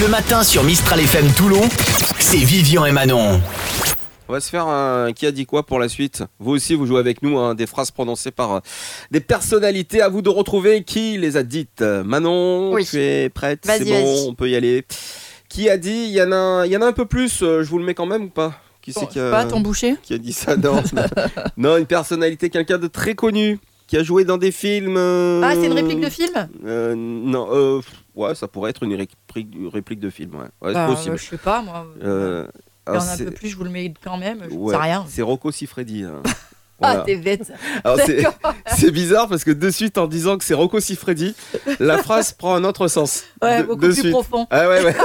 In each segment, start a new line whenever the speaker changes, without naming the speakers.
Le matin sur Mistral FM Toulon, c'est Vivian et Manon.
On va se faire un qui a dit quoi pour la suite. Vous aussi, vous jouez avec nous hein, des phrases prononcées par euh, des personnalités. À vous de retrouver qui les a dites. Euh, Manon,
Oui.
tu es prête
Vas-y,
C'est bon,
vas-y.
on peut y aller. Qui a dit Il y en a, un- il y en a un peu plus. euh, Je vous le mets quand même ou pas Qui c'est qui a,
Pas ton boucher
qui a dit ça Non, non, une personnalité, quelqu'un de très connu qui a joué dans des films. euh,
Ah, c'est une réplique de film
euh, Non, euh, ouais, ça pourrait être une réplique, une réplique de film. Ouais, Ouais, c'est
Bah, euh,
possible.
Je sais pas, moi.
Euh,
Il y
alors,
en a un
c'est-
peu plus, je vous le mets quand même. Je
Ouais,
sais rien.
C'est Rocco Siffredi. hein.
Ah,
Voilà.
t'es bête.
Alors, c'est- c'est bizarre parce que de suite, en disant que c'est Rocco Siffredi, la phrase prend un autre sens.
Ouais,
de,
beaucoup
de
plus
suite.
profond.
Ah ouais, ouais.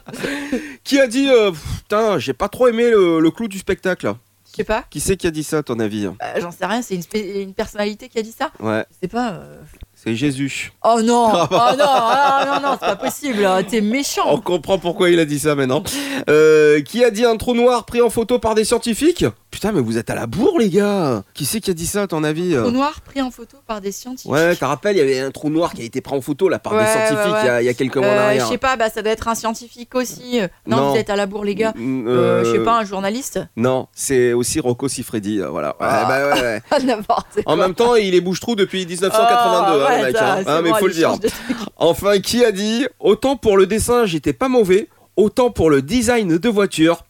qui a dit euh, Pff, Putain, j'ai pas trop aimé le, le clou du spectacle.
Je sais pas.
Qui c'est qui a dit ça, à ton avis
Euh, J'en sais rien, c'est une, spé- une personnalité qui a dit ça
Ouais,
Je sais pas. euh.
c'est Jésus.
Oh non Oh non ah, Non, non, c'est pas possible.
Oh.
euh, T'es méchant.
On comprend pourquoi il a dit ça maintenant. Euh, qui a dit un trou noir pris en photo par des scientifiques Putain, mais vous êtes à la bourre, les gars. Qui c'est qui a dit ça, à ton avis
Au noir pris en photo par des scientifiques.
Ouais, t'as rappelles, il y avait un trou noir qui a été pris en photo là par des
Ouais,
scientifiques
ouais, ouais.
Il, y a, il y a quelques mois en
Euh, je
arrière.
sais pas, bah, ça doit être un scientifique aussi. Euh, Non,
Non.
vous êtes à la bourre, les gars.
Mm,
Euh, je sais
euh,
pas, un journaliste
Non, c'est aussi Rocco Siffredi, euh, voilà. Ouais,
Ah.
bah ouais, ouais.
Ah, N'importe
En
quoi.
même temps, il est bouche-trou depuis 1982,
Ah,
hein,
ouais,
le mec.
ça,
hein.
c'est
Hein, mais
bon,
faut le
allez,
dire.
change de-
Enfin, qui a dit Autant pour le dessin, j'étais pas mauvais, autant pour le design de voiture,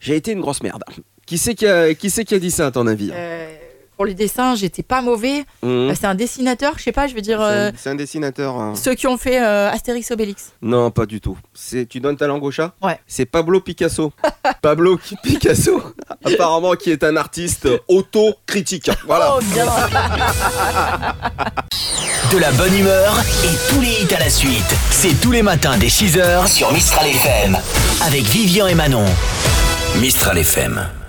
j'ai été une grosse merde. Qui c'est qui a, qui c'est qui a dit ça, à ton avis
Euh, pour le dessin, j'étais pas mauvais.
Hum,
Euh, C'est un dessinateur, je sais pas, je veux dire. euh,
c'est un dessinateur. hein.
Ceux qui ont fait euh, Astérix Obélix.
Non, pas du tout. C'est tu donnes ta langue au chat
Ouais.
C'est Pablo Picasso. Pablo qui- Picasso, apparemment qui est un artiste autocritique. Voilà.
De la bonne humeur et tous les hits à la suite. C'est tous les matins dès 6h sur Mistral FM. Avec Vivian et Manon. Mistral FM.